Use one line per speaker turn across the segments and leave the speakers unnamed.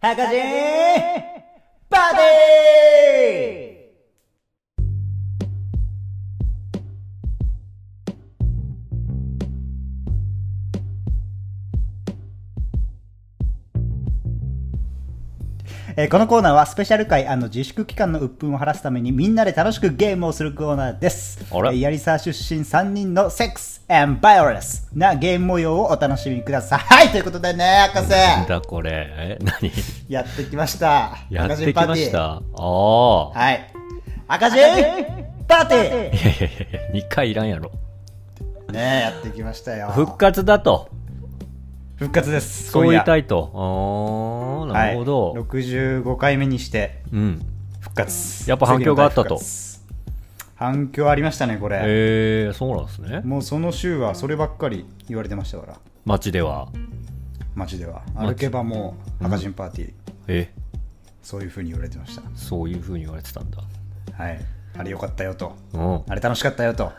博士パーテ
ィー、えーこのコーナーはスペシャル回自粛期間の鬱憤を晴らすためにみんなで楽しくゲームをするコーナーです、え
あら
ー、やりさ出身3人のセックスバイオレスなゲーム模様をお楽しみくださいということでね博
なん
士
だこれ。え、 何
やってきました
やっ
博
て
士
き
パー
ま
ティ
し
ー
た。ああ。
はい赤字パーテ
いやいやいやいや、2回いらんやろ。
ィーねえやってきましたよ
復活だと。
復活です
そう言いた
い
いと。ああ、なるほど。
はい、65回目にして
うん。
復活
やっぱ反響があった
次の大
と
復活反響ありましたねこれ、
ええそうなんですね。
もうその週はそればっかり言われてましたから
街では。
街では歩けばもう赤人パーティー、
え、
そういうふうに言われてました
そういう風に言われてたんだ。
はいあれ良かったよと
うん。うん。
あれ楽しかったよと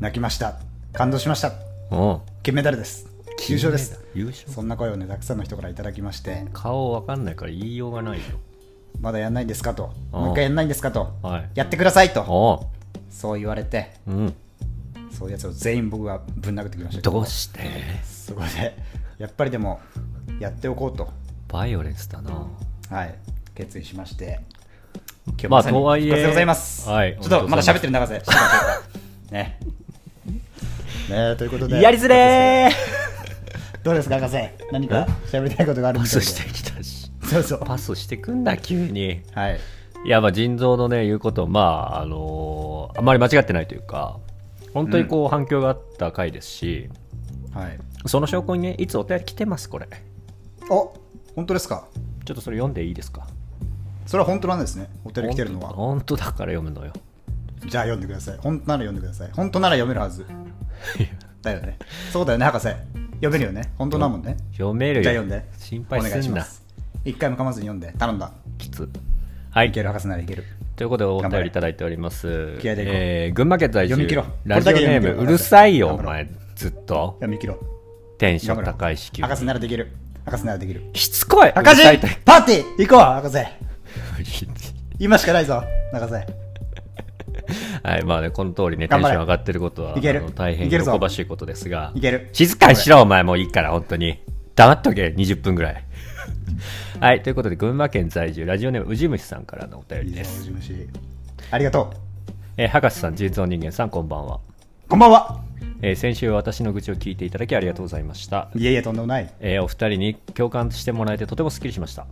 泣きました感動しました
うん。
金メダルです優勝です
優勝
そんな声をねたくさんの人からいただきまして
顔わかんないから言いようがないよ。
まだやんないんですかと
うん
もう一回やんないんですかと
はい。
やってくださいと
あ
そう言われて
あ。うん。
そういうやつを全員僕がぶん殴ってきましたけ
どうして
そこでやっぱりでもやっておこうと、
バイオレンスだな。
はい、決意しまして今日
まあ
まさに
とはいえ
復活でございます、
はい
ちょっとまだ喋ってる長瀬静かにねねということでれどうですか博士何か喋りたいことがあるん
パ
です
スしてきたし。
そうそう
パスしてくんだ、急に。
はい
いや、まあ、腎臓のね、言うこと、まあ、あのーあまり間違ってないというか、本当にこう、反響があった回ですし、
はい
その証拠にね、いつお便り来てます、これ。
お本当ですか
ちょっとそれ読んでいいですか
それは本当なんですねお便り来てるのは
本当だから読むのよ。
じゃあ読んでください本当なら読んでください本当なら読めるはずだよねそうだよね博士読めるよね本当なもんね
読めるよ。
じゃあ読んで。
心
お願
配
い
す
し
ん
ま
な。
す。一回も噛まずに読んで。頼んだ。
きつ。はい
い。ける博士ならいける。
ということでお
頑張
便り
れ
いただいております。
気合でいこう
えー群馬県在住
読み切ろう
ラジオネー
これだけ読み切
ム
ろう
うるさいよ、
頑
お
張ろう
前、ずっと。
読み切ろう。
テンショ
頑張
ン
ろう
高い支給。
博士ならできる。博士ならできる。
しつこい
博士
うるさい
パーティー行こう博士今しかないぞ博士
と はい、まあね、この通りね、テ
頑
ンシ
張れ
ョン上がってることは、
いける
あの大変
いけるぞ
喜ばしいことですが
い、ける。
静かにしろ、お前、もういいから、本当に。黙っとけ、20分ぐらい。 はい、ということで、群馬県在住、ラジオネーム、宇治虫さんからのお便
い
り
い
で。
ですす。虫ありがと
えー博士さん、人造人間さん、こんばんは。
う。こんばんは。
えー先週は私の愚痴を聞いていただきありがとうございました。
いえいえ、とんでもない。
えーお二人に共感してもらえてとてもスッキリしました、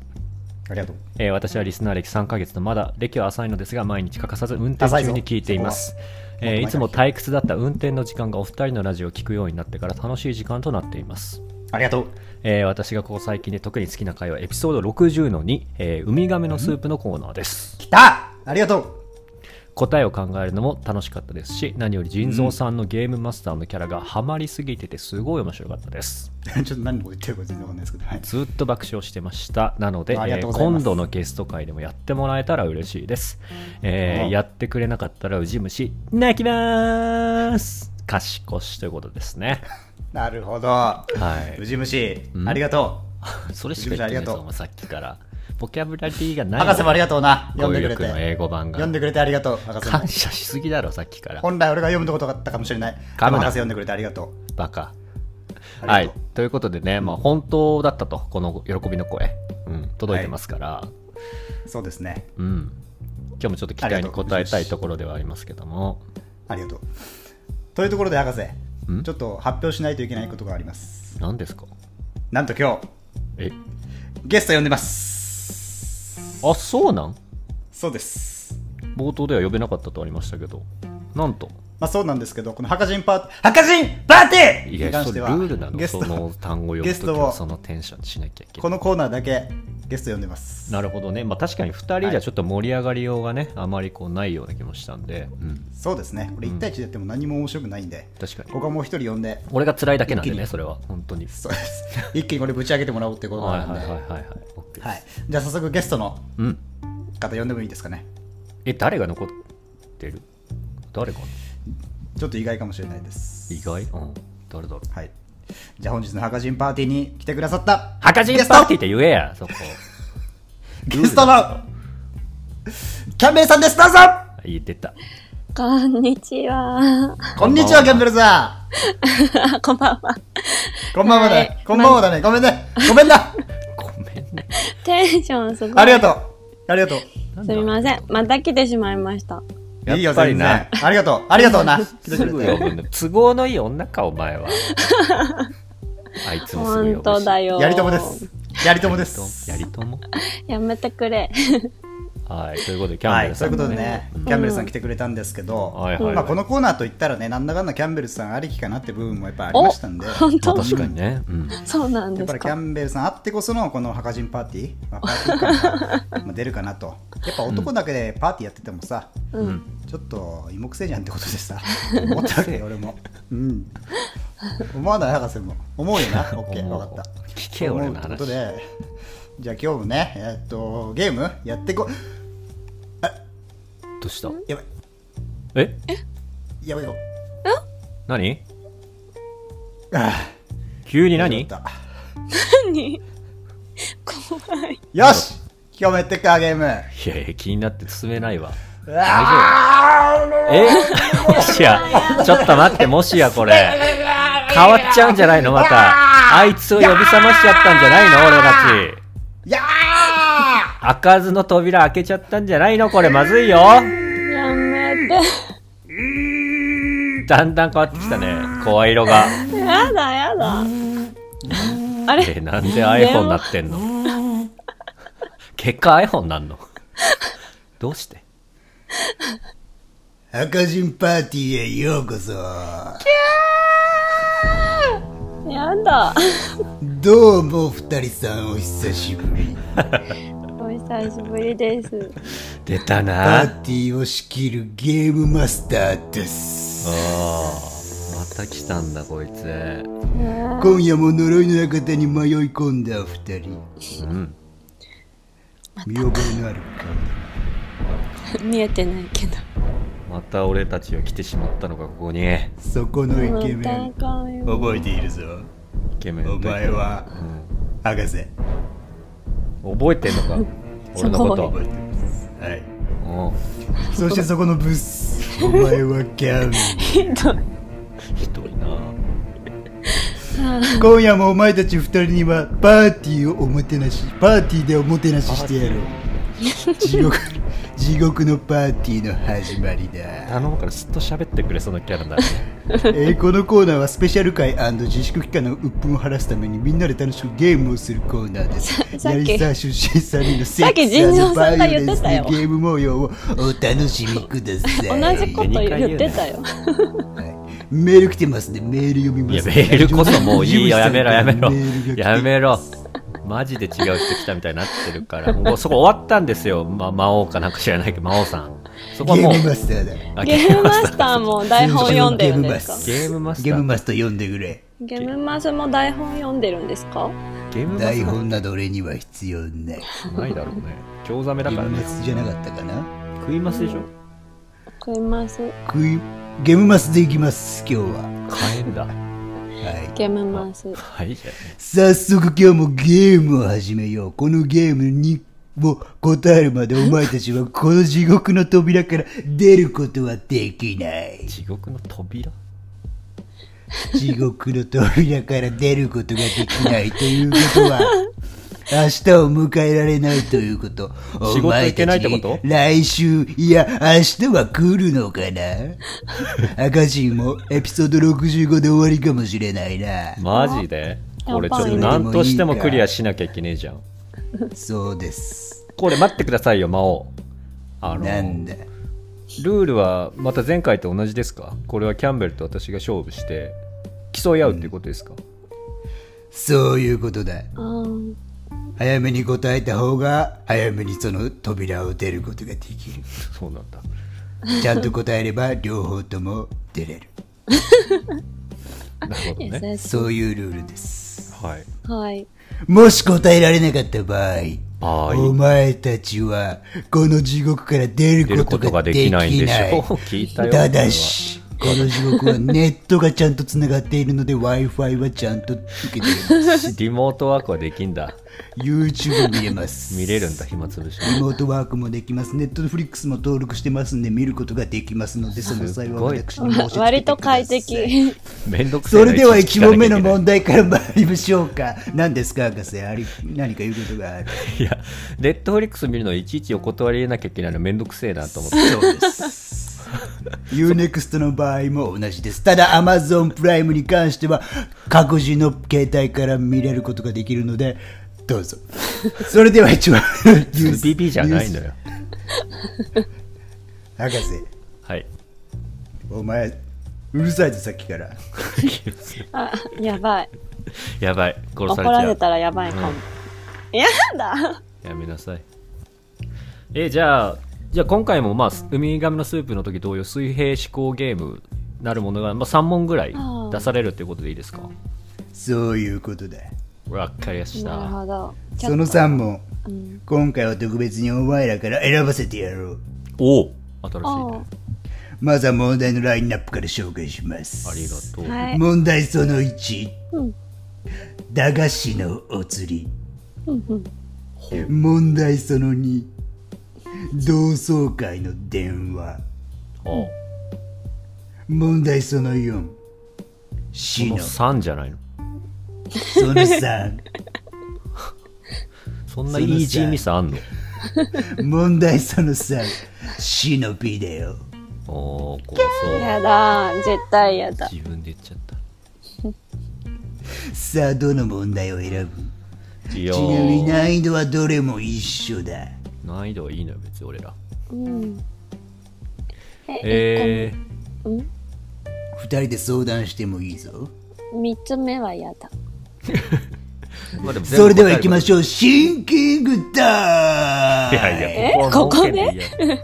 ありがとう。
えー私はリスナー歴3ヶ月とまだ歴は浅いのですが毎日欠かさず運転中に聞いています
浅いぞ
えーいつ
そこは
も退屈だった運転の時間がお二人のラジオを聞くようになってから楽しい時間となっています、
ありがとう。
えー私がこう最近で特に好きな回はエピソード60の2、えーウミガメのスープのコーナーです
来たありがとう。
答えを考えるのも楽しかったですし何より腎臓さんのゲームマスターのキャラがハマりすぎててすごい面白かったです
ちょっと何のこと言ってるか全然わかんないですけど。はい
ずっと爆笑してましたなので、え
ありがと
ー
うございます
今度のゲスト会でもやってもらえたら嬉しいです、えー
うん
やってくれなかったらウジ虫泣きます賢しということで すね
なるほど。
はい
ウジ虫
う、ん
ありがと
それしか言ってないぞ
ウジ虫ありがとう
お前さっきからボキャブラリーが
う。
ない
博士もありがとうな。読んでくれ
語彙力の英
て。
語版
読
が
んでくれてありがとう。博士も
感謝しすぎだろさっきから
本来俺が読むことだったかもしれない。でも
噛むな
博士読んでくれてありがとう。
バカ
ありがとう
はいということでね、まあ、本当だったとこの喜びの声、うん、届いてますから、
そうですね。
うん今日もちょっと期待に応えたいところではありますけども
ありがとう。というところで博士
ん、
ちょっと発表しないといけないことがあります。
何ですか
なんと今日、
え
ゲスト呼んでます。
あそうなん
そうです。
冒頭では呼べなかったとありましたけどなんと
まあそうなんですけど、この博人パーティー、博人パーティー
い
に
や
関
そ
し
れ
て
ル
は、
ールなの
ゲス
そ
ト
の単語を呼ぶ
ゲ
と
ス
き
ト
は
を
そのテンションにしなきゃいけな
こ
い
のコーナーだけゲスト呼んでます。
なるほどね、まあ、確かに2人じゃちょっと盛り上がりようがね、あまりこうないような気もしたんで、うん、
そうですね。これ1対1でやっても何も面白くないんで、
確かに
ここはもう1人呼んで、
俺が辛いだけなんで
一気
ね
に
それは本当に
そうです。一気にこれぶち上げてもらおうってこと
はい
な
はい
ん
は
で。
い
は
はいいはい OK です、
じゃあ早速ゲストの
うん
方呼んでもいいですかね。
え誰が残ってる誰かな
ちょっと意外かもしれないです。
意外うん誰だろう
はい。じゃあ本日のハカジンパーティーに来てくださった
墓人パーティーって言えやそこ
ゲストの、キャンベルさんです、どうぞ
言ってた。
こんにちは。
こんにちは、キャンベルさ
こんばんは。
ん。こんばんはだ
は
ね
い。
こんばんはだね。ごめんね。ごめんな。
ごめんね。
テンションすごい。
ありがとう。ありがと
なん
す
だ
みません。また来てしまいました。
う。いいよ、
やっぱり
全
な
然。ありがとう。ありがとうな。来て
す
く
ぐ
れ
呼
て。
ぶの。 都合のいい女か、お 前は。あいつもすぐ呼ぶし。
本当だよ。
やりともです。。やりともです。
やりとも。
やめてくれ。
はい、ということで、キャン
は
ベ
い、
ル
そ
さ
うんいうこと
も
で
ね、
ね、キャンベルさん来てくれたんですけど、
はいはいはい
まあ、このコーナーといったらね、なんだかんだキャンベルさんありきかなって部分もやっぱありましたんで、
本
まあ
当
確かにね。うん。
そうなん
や
で
っぱ
す
りキャ
か。
ンベルさんあってこそのこのハカジンパーティー、まあ、パーティー 感がまあ出るかなとやっぱ男だけでパーティーやっててもさ、
うん。
ちょっと芋くせえじゃんってことで さ思ったわけよ俺も、うん、思わない博士も思う よな OK
思
分
う
かった
聞けよ俺の話
思うってことでじゃあ今日もねえーっとゲームやってこ
どうした
やばい
え
やばいよ
何
あ
急に
ー
何
よかった
何怖い。
よし今日もやってっかゲーム
いやいや、気になって進めないわ。
あー
えもしや、ちょっと待って、もしやこれ、変わっちゃうんじゃないのまた。あいつを呼び覚ましちゃったんじゃないの俺たち。
いやー
開かずの扉開けちゃったんじゃないのこれまずいよ。
やめて。
だんだん変わってきたね。声色が。
やだやだ。あれ
え、なんで iPhone になってんの結果 iPhone なんのどうして
赤人パーティーへようこそ
やだ。
どうも二人さんお久しぶり
お久しぶりです。
出た
パ
な。
ーティーを仕切るゲームマスターです
あーまた来たんだ、こいつ。
今夜も呪いの中に迷い込んだ二人
うん。
見覚えのある
見えてないけど。
また俺たちは来てしまったのか、ここに。イ
顔そこのイケメ
ま
ン
たかよ。
覚えているぞ
ケメン
お前は博士
覚えてんのか俺のこと
覚えてますはい
うん
そしてそこのブスお前はキャン
ひどい。
ひどいな
今夜もお前たち二人にはパーティーをおもてなしパーティーでおもてなししてやろう地獄地獄のパーティーの始まりだ
頼むからずっと喋ってくれそうなキャラだね
えーこのコーナーはスペシャル回自粛期間の鬱憤を晴らすためにみんなで楽しくゲームをするコーナーです
さ
や
っき
りさ出身3人のセ
さっき
ックス
尋常
バ
さんが
イオレ
言っ
ン
て
ス
た
の
よ
ゲーム模様をお楽しみくださ
同
い
じこと言ってたよ。
はいメール来てますねメール読み
い
ま
や
す
メールこそもういいよやめろやめろ
メールが来て
やめろマジで違う人来たみたいになってるからもうそこ終わったんですよ、ま、魔王かなんか知らないけど魔王さんそこは
ゲ
もう
ームマスターだ
あ
ゲームマスターも台本読んでるんですか
ゲームマスタ
ゲーム
ー
マスター読んでくれ
ゲームマスも台本読んでるんですか
ゲームマスター
台本など俺には必要ない
ないだろうね興ざめだ
ゲ
か
ー
ら
ム
ね
マスじゃなかったかな
食いますでしょ
食います。
クイゲームマスでいきます今日は、
買えんだ
はい、
ゲームマス。
はいじゃ
早速今日もゲームを始めようこのゲームにを答えるまでお前たちはこの地獄の扉から出ることはできない
あ地獄の扉
地獄の扉から出ることができないということ は明日を迎えられないということ
仕事行けないってこと
お前たち来週いや明日は来るのかな赤人もエピソード65で終わりかもしれないな
マジで
や
これちょっ
ばい
と
ね
何としてもクリアしなきゃいけねえじゃん。
そうです
これ待ってくださいよ、魔王。あの、
なんだ
ルールはまた前回と同じですかこれはキャンベルと私が勝負して競い合うっていうことですか、
そういうことだ
あー
早めに答えた方が早めにその扉を出ることができる
そうなんだ。
ちゃんと答えれば両方とも出 れる
なるほどね。
優し
そういうルールです
はい。
い。はい。
もし答えられなかった場合、
場合
お前たちはこの地獄から出る
出る
こ
ことと
が
が
で
で
き
き
な
ない
い
んでしょう。聞いたよ。
ただし、この地獄はネットがちゃんとつながっているので Wi-Fi はちゃんと受けてい ます
リモートワークはできんだ。
YouTube 見れます
見れるんだ、暇つぶし
リモートワークもできますネットフリックスも登録してますんで見ることができますのでその際は私に申し付けてください
割と快適。
めんどくさい
それでは1問目の
問
問題から参りましょうか何ですか博士あり何か言うことがある
いや、ネットフリックス見るのいちいちお断り入れなきゃいけないのめんどくせえなと思って。
そうです UNEXT の場合も同じですただ Amazon プライムに関しては各自の携帯から見れることができるのでど うぞそれでは一番
2BB じゃないの
よ
よ。
博士
はい。
お前うるさいぞさっきから
あ、やばい。
やばい、殺さ
怒
れち
ら
ゃ
れ
う。
たらやばいかも。やだ。
やめなさい。え、じゃあ、じゃあ今回もまあ、ウミガメのスープの時同様、水平思考ゲームなるものが、まあ、3問ぐらい出されるっていうことでいいですか
そういうことだ
わかりやし
なる
た。
ほど。ちょ
そ
っと
の3問
うん
今回は特別にお前らから選ばせてやろう
おお新しい
おう
ね。
まずは問題のラインナップから紹介します
ありがとう。
はい。
問題その1、
うん
駄菓子のお釣り
うんうん
ほう
問題その2同窓会の電話
ほう
問題その4死の
この
そ
3じゃないの
の3
そんなイージーミスあんの
問題その3死のビデオ
おー、怖そう。
やだ。絶対やだ。
自分で言っちゃった。
さあどの問題を選ぶ
いや
ちなみに
ー
難易度はどれも一緒だ
難易度はいいのよ別に俺ら
うん。え、
えー、
一個目うん
2人で相談してもいいぞ
三つ目はやだ。
まあ、でも
それでは行きま
ょ
しょうシンキングタイム
いやいや
え
ここは
ここで
文句でいいよ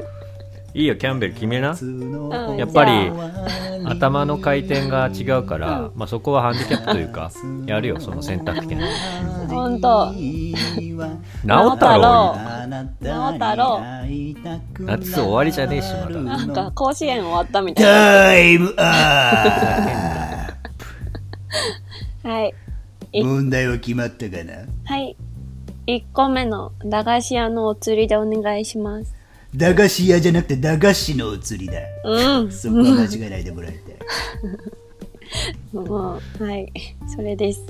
いいよキャンベル決めな
うん
やっぱり
り
頭の回転が違うから、まあ、そこはハンディキャップというかやるよその選択権直
ほんと
太
太
郎
郎
に
直
太郎
夏終わりじゃねえしまだ
なんか甲子園終わったみたいな。
タイムア
はい。
ップ問題は決まったかな
はい。一個目の駄菓子屋のお釣りでお願いします。
駄菓子屋じゃなくて駄菓子のお釣りだ
うん。
そこは間違えないでもらいたい
もう、はい。それです。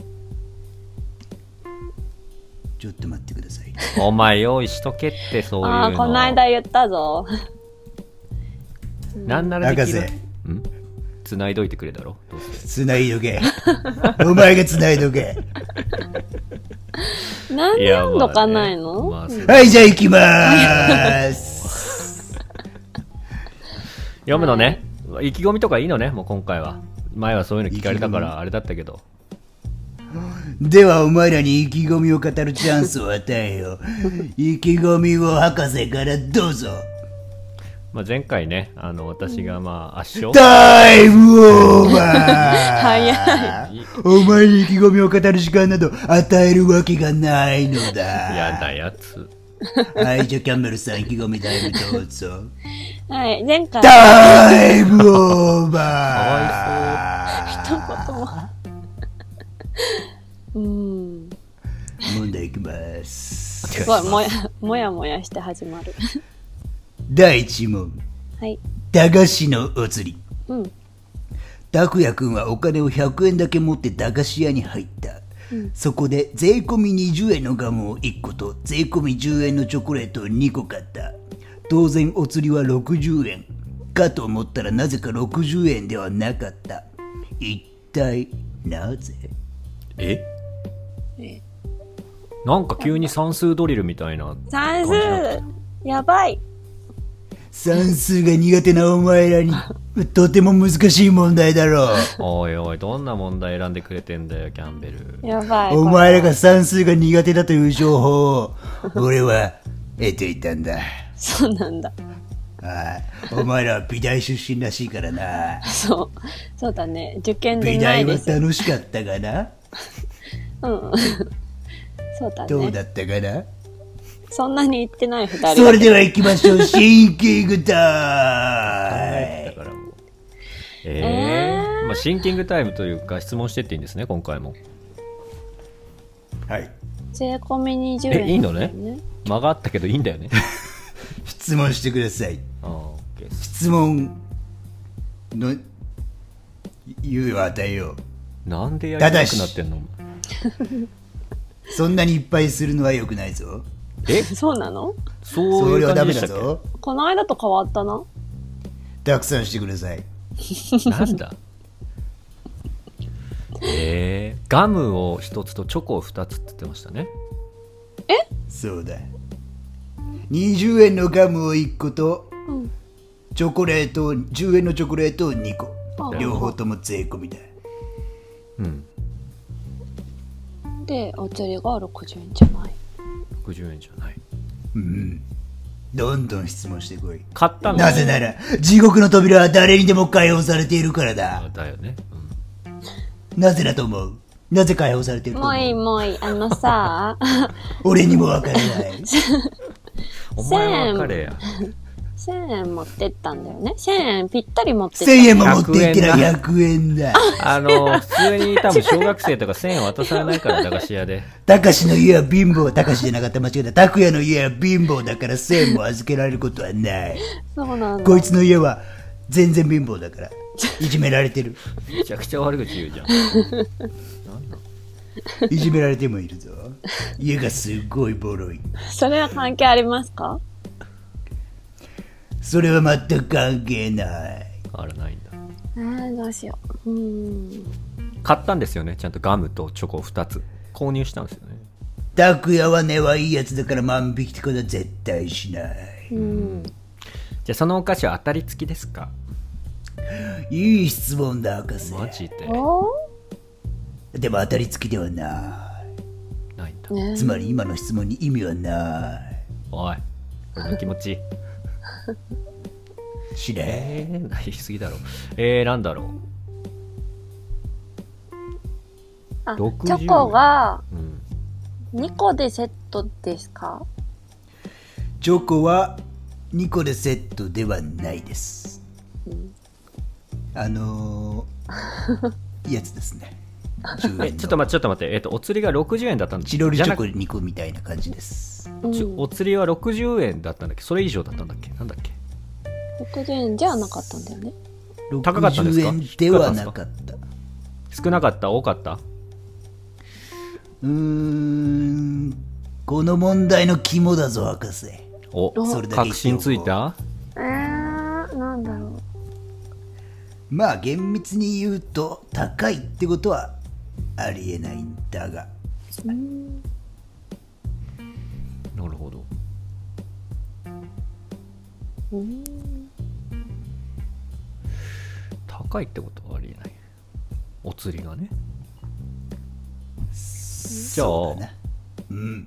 ちょっと待ってください
お前用意しとけってそういうの
ああー、この間言ったぞ。
なんならで
博
き
士
るん繋いどいてくれだろどうせ
つないどけお前がつないどけ
なんで
まあ
何
ね
度かないの、
まあそう
はいじゃあ行きまーす
読むのね意気込みとかいいのねもう今回は前はそういうの聞かれたからあれだったけど
ではお前らに意気込みを語るチャンスを与え よう意気込みを博士からどうぞ
まあ、前回ね、あの私がまあ圧勝、
タイムオーバー
早
い
お前に意気込みを語る時間など与えるわけがないのだ
やだやつ。
はいじゃあキャンベルさん意気込みタイムどうぞ
はい。前 回、
タイムオーバ
一言も。うん。
ー問題いきます
す
すごい、もや、もやもやして始まる。
第1問
はい。
駄菓子のお釣り
うん。
拓也君はお金を100円だけ持って駄菓子屋に入った、そこで税込み20円のガムを1個と税込み10円のチョコレートを2個買った当然お釣りは60円かと思ったらなぜか60円ではなかった一体なぜ
え
え
なんか急に算数ドリルみたいな。
算数やばい
算数が苦手なお前らにとても難しい問題だろう
おいおい、どんな問題選んでくれてんだよ、キャンベル。
やばい。
お前らが算数が苦手だという情報を俺は得ていたんだ
そうなんだ。
ああお前らは美大出身らしいから な
そう。そうだね。受験で
美
ない
大
で
は
す。うん。
楽しかったかな
そうだ
どう
ね。
だったかな
そんなに言ってない二人だけど。
それでは行きましょうシンキングタイ
だからもう。え
え
ーまあ、シンキングタイムというか質問してっていいんですね今回も
はい。
税込み20円、
えいいのね間があったけどいいんだよね
質問してください。
あーオッケーです
質問の、猶予を与えよ
なんでやりたくなってんの
う。そんなにいっぱいするのは良くないぞ。
え
そうなの
そう
そ
い
れ
う
はダ
感
メ
じで
だ
したっ
ぞ。
この間と変わったな。
たくさんしてください。
けなんだえー、ガムを一つとチョコを二つって言ってましたね
そうだ。20円のガムを1個と、
ん
チョコレートを、10円のチョコレートを2個
あ。
両方とも税込みだ。
うん
で、お釣りが60円じゃない。
60円じゃない
うん。どんどん質問してこい。
買ったの
なぜなら、地獄の扉は誰にでも解放されているからだ
あ。だよね、うん
なぜだと思うなぜ解放されていると
もう
思
いいうもういい。あのさ、
俺にもわからない。
お前は彼や
1000円持ってったんだよね。1000円ぴったり持ってった。
1000円も持っていってら100円だ。
あの普通に多分小学生と か1000円渡されないから駄菓子屋で
たかしの家は貧乏、たかしじゃなかった間違えた。たくやの家は貧乏だから1000円も預けられることはない。
そうなんだ
こ。いつの家は全然貧乏だから、いじめられてる。
めちゃくちゃ悪口言うじゃん
いじめられてもいるぞ。家がすごいボロい。
それは関係ありますか
それは全く関係ない。
あらないんだ
あーどうしよう。うーん。
買ったんですよねちゃんとガムとチョコ2つ購入したんですよね
たくやは根はいいやつだから万引きってことは絶対しない。
じゃあそのお菓子は当たり付きですか
いい質問だ、博士。
マジで
お
でも当たり付きではな
ないんだ
ーね
い。つまり今の質問に意味はない。
おい俺の気持ち
知れ。
えー、ないすぎだろえー、なんだろ
あチ
60
ョコが
ううん
2個でセットですか
チョコは2個でセットではないです。あのー、やつですね。10
え
円
ちょ
の
っと待ってちょっと待ってえっ、とお釣りが60円だったん
チロルチョコ
じ
2個みたいな感じです。
う
ゃ
ん。
なちょ
60
お釣りは60円だったんだっけそれ以上だったんだっけなんだっけ
円じゃなかったんだよね。
高かったんです
60
か
円ではなかった。
少なかった多かった
うーん、この問題の肝だぞ、博士。
お
それだけ
確信ついた
えー、なんだろ
まあ厳密に言うと高いってことはありえないんだが
う。うん
なるほど
うん
高いってことはありえないお釣りがねじゃあ
そうだなうん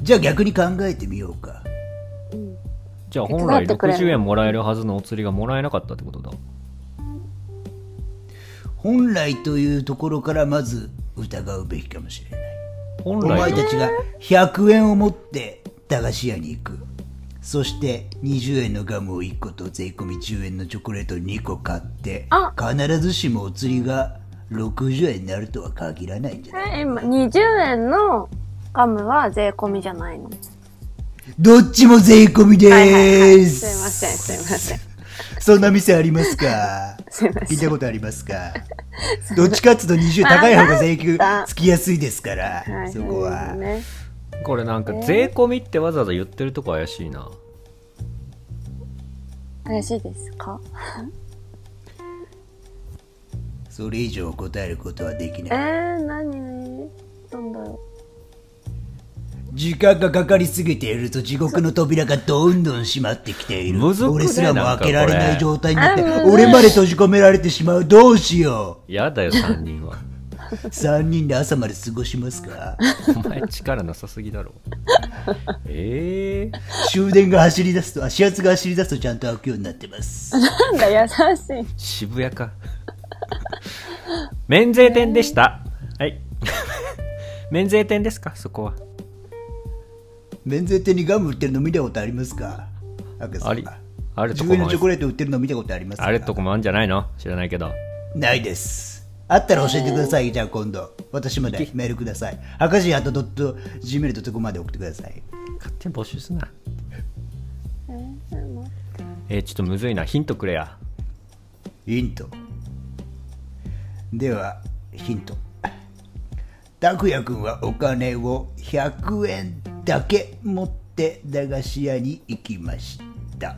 じゃあ逆に考えてみようか
じゃあ
えっと
本来
待ってくれ
60円もらえるはずのお釣りがもらえなかったってことだ
本来というところからまず疑うべきかもしれない
本
お前
来
た
の
ちが100円を持って駄菓子屋に行くそして20円のガムを1個と税込み10円のチョコレートを2個買って
あ
必ずしもお釣りが60円になるとは限らないんじゃない
え今20円のガムは税込みじゃないの
どっちも税込みで
はいはいはい
ー
すいません
す。
すいません
そんな店ありますか
すいませ
聞い
ん
たことあります かどっちかっつうと20高い方が税金
まあ
つきやすいですから
は、い
そこは。
ね
これなんか税込みってわざわざ言ってるとこ怪しいな
怪しいですか
それ以上答えることはでき
え
ない。
ー、何なんだろ
時間がかかりすぎていると地獄の扉がどんどん閉まってきている。
むずくね
俺すらも開けられない状態になって
なんか、これ
俺まで閉じ込められてしまう。どうしよ
やだよ3人 は
う。3人で朝まで過ごしますか
お前力なさすぎだ ろええ
終電が走り出すと、あ始発が走り出すとちゃんと開くようになってます。
うなんだ優しい
渋谷か 免税店でしたはい 免税店ですかそこは
免税店にガム売ってるの見たことありますか博士
ありあると
10
こ
円の
も
チョコレート売ってるの見たことありますか
あるとこもあるんじゃないの知らないけど
ないですあったら教えてくださいじゃあ今度私までメールください博士あとドット Gmail.com まで送ってください
勝手に募集すな
えー待って
えーちょっとむずいなヒントくれや
ヒントではヒント拓也君はお金を100円だけ持って駄菓子屋に行きました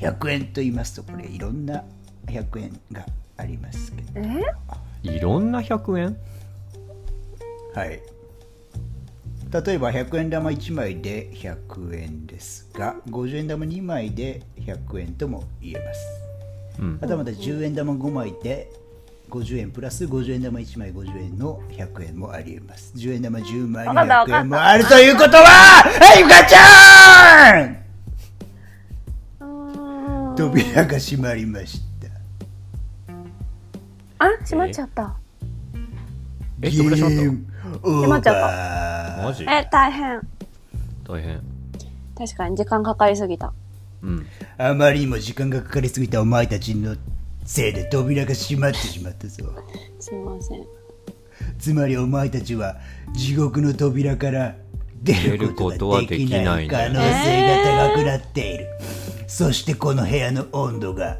100円と言いますとこれいろんな100円がありますけど
いろんな100円
はい例えば100円玉1枚で100円ですが50円玉2枚で100円とも言えます
うん
はたまた10円玉5枚で50円プラス50円玉1枚50円の100円もありえます10円玉10枚に
わかったわかった
100円もあるということははいゆかちゃん
うーん
扉が閉まりました
あ閉まっちゃった
え扉閉まった
ゲームオー
まっちゃった
バー
マジ
え大変
大変
確かに時間かかりすぎた
うん
あまりにも時間がかかりすぎたお前たちのせいで扉が閉まってしまったぞ
すいません
つまりお前たちは地獄の扉から出ることができない可能性が高くなっている、そしてこの部屋の温度が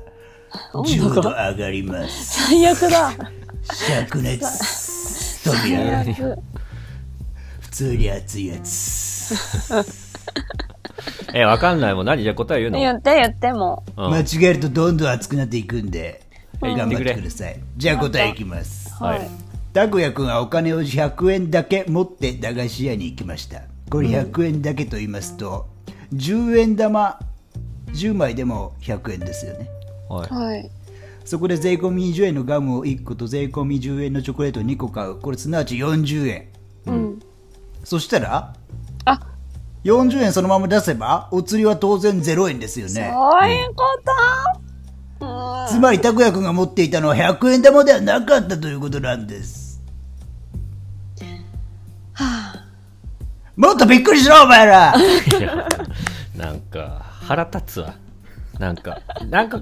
10度上がります
最悪だ
灼熱扉
最悪
普通に熱いやつ
えわかんないもん何じゃあ答え言うの
言って言っても
うん
間違えるとどんどん熱くなっていくんで
うん
頑張ってくださいじゃあ答えいきます
はい
はい
拓也君はお金を100円だけ持って駄菓子屋に行きましたこれ100円だけと言いますと、10円玉10枚でも100円ですよね
はい
はい
そこで税込み20円のガムを1個と税込み10円のチョコレートを2個買うこれすなわち40円
うん
そしたら
あ
40円そのまま出せばお釣りは当然0円ですよね
そういうこと、うん
つまり拓也君が持っていたのは100円玉ではなかったということなんですもっとびっくりしろお前ら
いやなんか腹立つわなんかなんか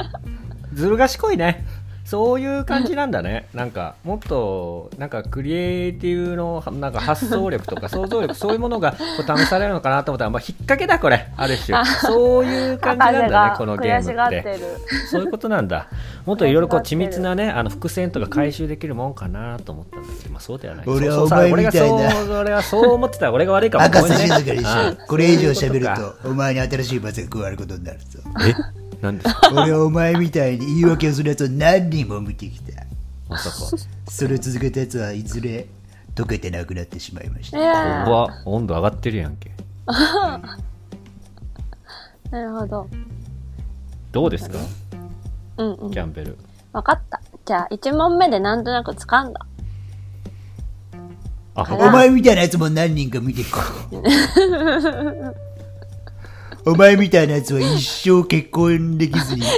ずる賢いねそういう感じなんだねなんかもっとなんかクリエイティブのなんか発想力とか想像力そういうものがこう試されるのかなと思ったら、まあ、引っ掛けだこれある種そういう感じなんだねこのゲームって
る
そういうことなんだもっといろいろこう
悔し
緻
がってる
密なねあの伏線とか回収できるもんかなと思ったんだけど、まあ、そうではない
俺は
そ
お
うそう
前
さ俺が
みたいな
そう俺はそう思ってたら俺が悪いかも
博士
ごめん
静
ね
かにし
ああ
ろこれ以上
そう
喋
いうこ
るとお前に新しい罰が加わることになるぞ
えなんですか
俺はお前みたいに言い訳をするやつを何人も見てきた
まさか
それを続けたやつはいずれ溶けてなくなってしまいまし
え
た
こ
ー
こは温度上がってるやんけ
なるほど
どうですか
うんうん
キャンベル
分かったじゃあ1問目でなんとなく掴んだ
あ
か
ほ
ら
お前みたいなやつも何人か見てきたお前みたいなやつは一生結婚できずに人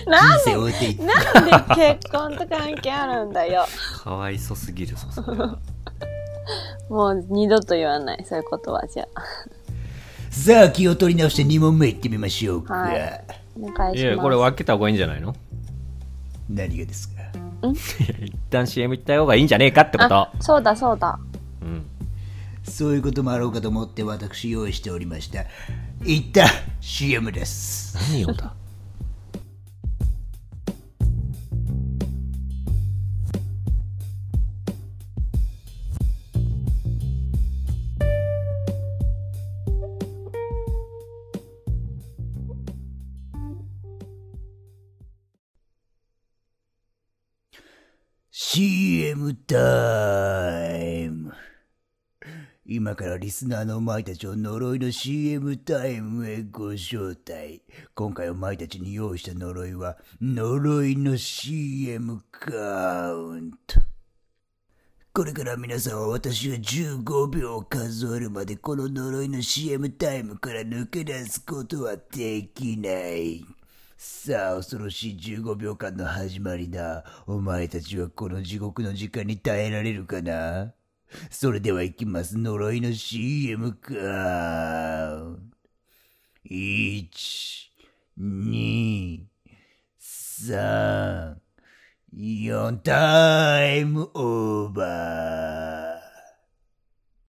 生を終えていった
なんで結婚と関係あるんだよ
かわいそすぎるそれは
もう二度と言わないそういうことはじゃあ
さあ気を取り直して2問目いってみましょうか、
はいお願い
い
しま
や
す
これ分けた方がいいんじゃないの
何がですか
いや一旦 CM 行った方がいいんじゃねえかってこと
あそうだそうだ
うん
そういうこともあろうかと思って私用意しておりました一旦 CM です
何をだ
CM タイム今からリスナーのお前たちを呪いの CM タイムへご招待今回お前たちに用意した呪いは呪いの CM カウントこれから皆さんは私が15秒を数えるまでこの呪いの CM タイムから抜け出すことはできない。さあ、恐ろしい15秒間の始まりだ。お前たちはこの地獄の時間に耐えられるかなそれでは行きます。呪いの CM か。1、 2、3、4タイムオーバー。